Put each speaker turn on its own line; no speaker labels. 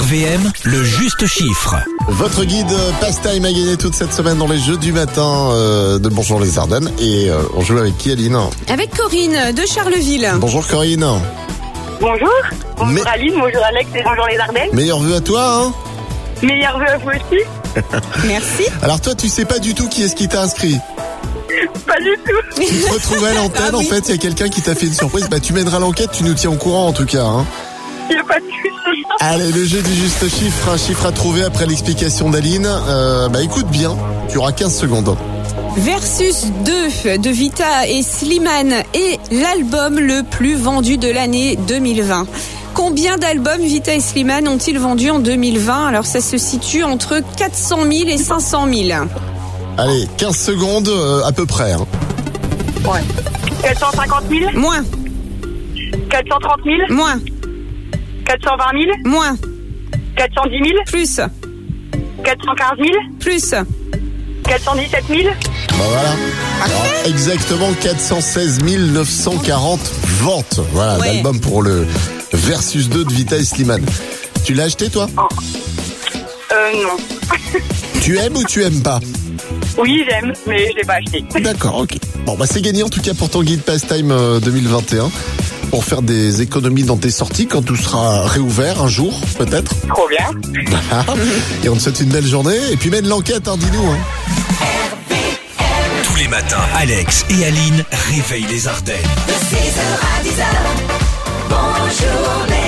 RVM, le juste chiffre.
Votre guide euh, Pastime a gagné toute cette semaine dans les Jeux du matin euh, de Bonjour les Ardennes. Et euh, on joue avec qui, Aline
Avec Corinne de Charleville.
Bonjour Corinne.
Bonjour. Bonjour
Mais-
Aline, bonjour Alex et bonjour les Ardennes.
Meilleur vœu à toi, hein
Meilleurs vœux à vous aussi
Merci.
Alors toi, tu sais pas du tout qui est-ce qui t'a inscrit.
Pas du tout.
Tu te retrouves à l'antenne,
Ah
en
oui.
fait, il y a quelqu'un qui t'a fait une surprise. Bah tu mèneras l'enquête, tu nous tiens au courant en tout cas. hein.
Il n'y a pas de souci.
Allez, le jeu du juste chiffre, un chiffre à trouver après l'explication d'Aline. Euh, bah écoute bien, tu auras 15 secondes.
Versus 2 de Vita et Slimane est l'album le plus vendu de l'année 2020. Combien d'albums Vita et Slimane ont-ils vendus en 2020 Alors ça se situe entre 400 000 et 500 000.
Allez, 15 secondes euh, à peu près. hein.
Ouais. 450 000
Moins,
430 000
moins,
420 000
moins,
410 000
plus,
415 000
plus.
417 000
Bah voilà. Alors, exactement 416 940 ventes. Voilà,
Ouais.
l'album pour le Versus 2 de Vita et Slimane. Tu l'as acheté toi
Euh, non.
Tu aimes ou tu aimes pas
Oui, j'aime, mais je l'ai pas acheté.
D'accord, ok. Bon, bah c'est gagné en tout cas pour ton guide Pastime euh, 2021. Pour faire des économies dans tes sorties quand tout sera réouvert un jour, peut-être.
Trop bien.
Et on te souhaite une belle journée. Et puis mène l'enquête, hein, dis-nous. Hein.
Tous les matins, Alex et Aline réveillent les Ardennes.
De 6h à 10h, bonjour les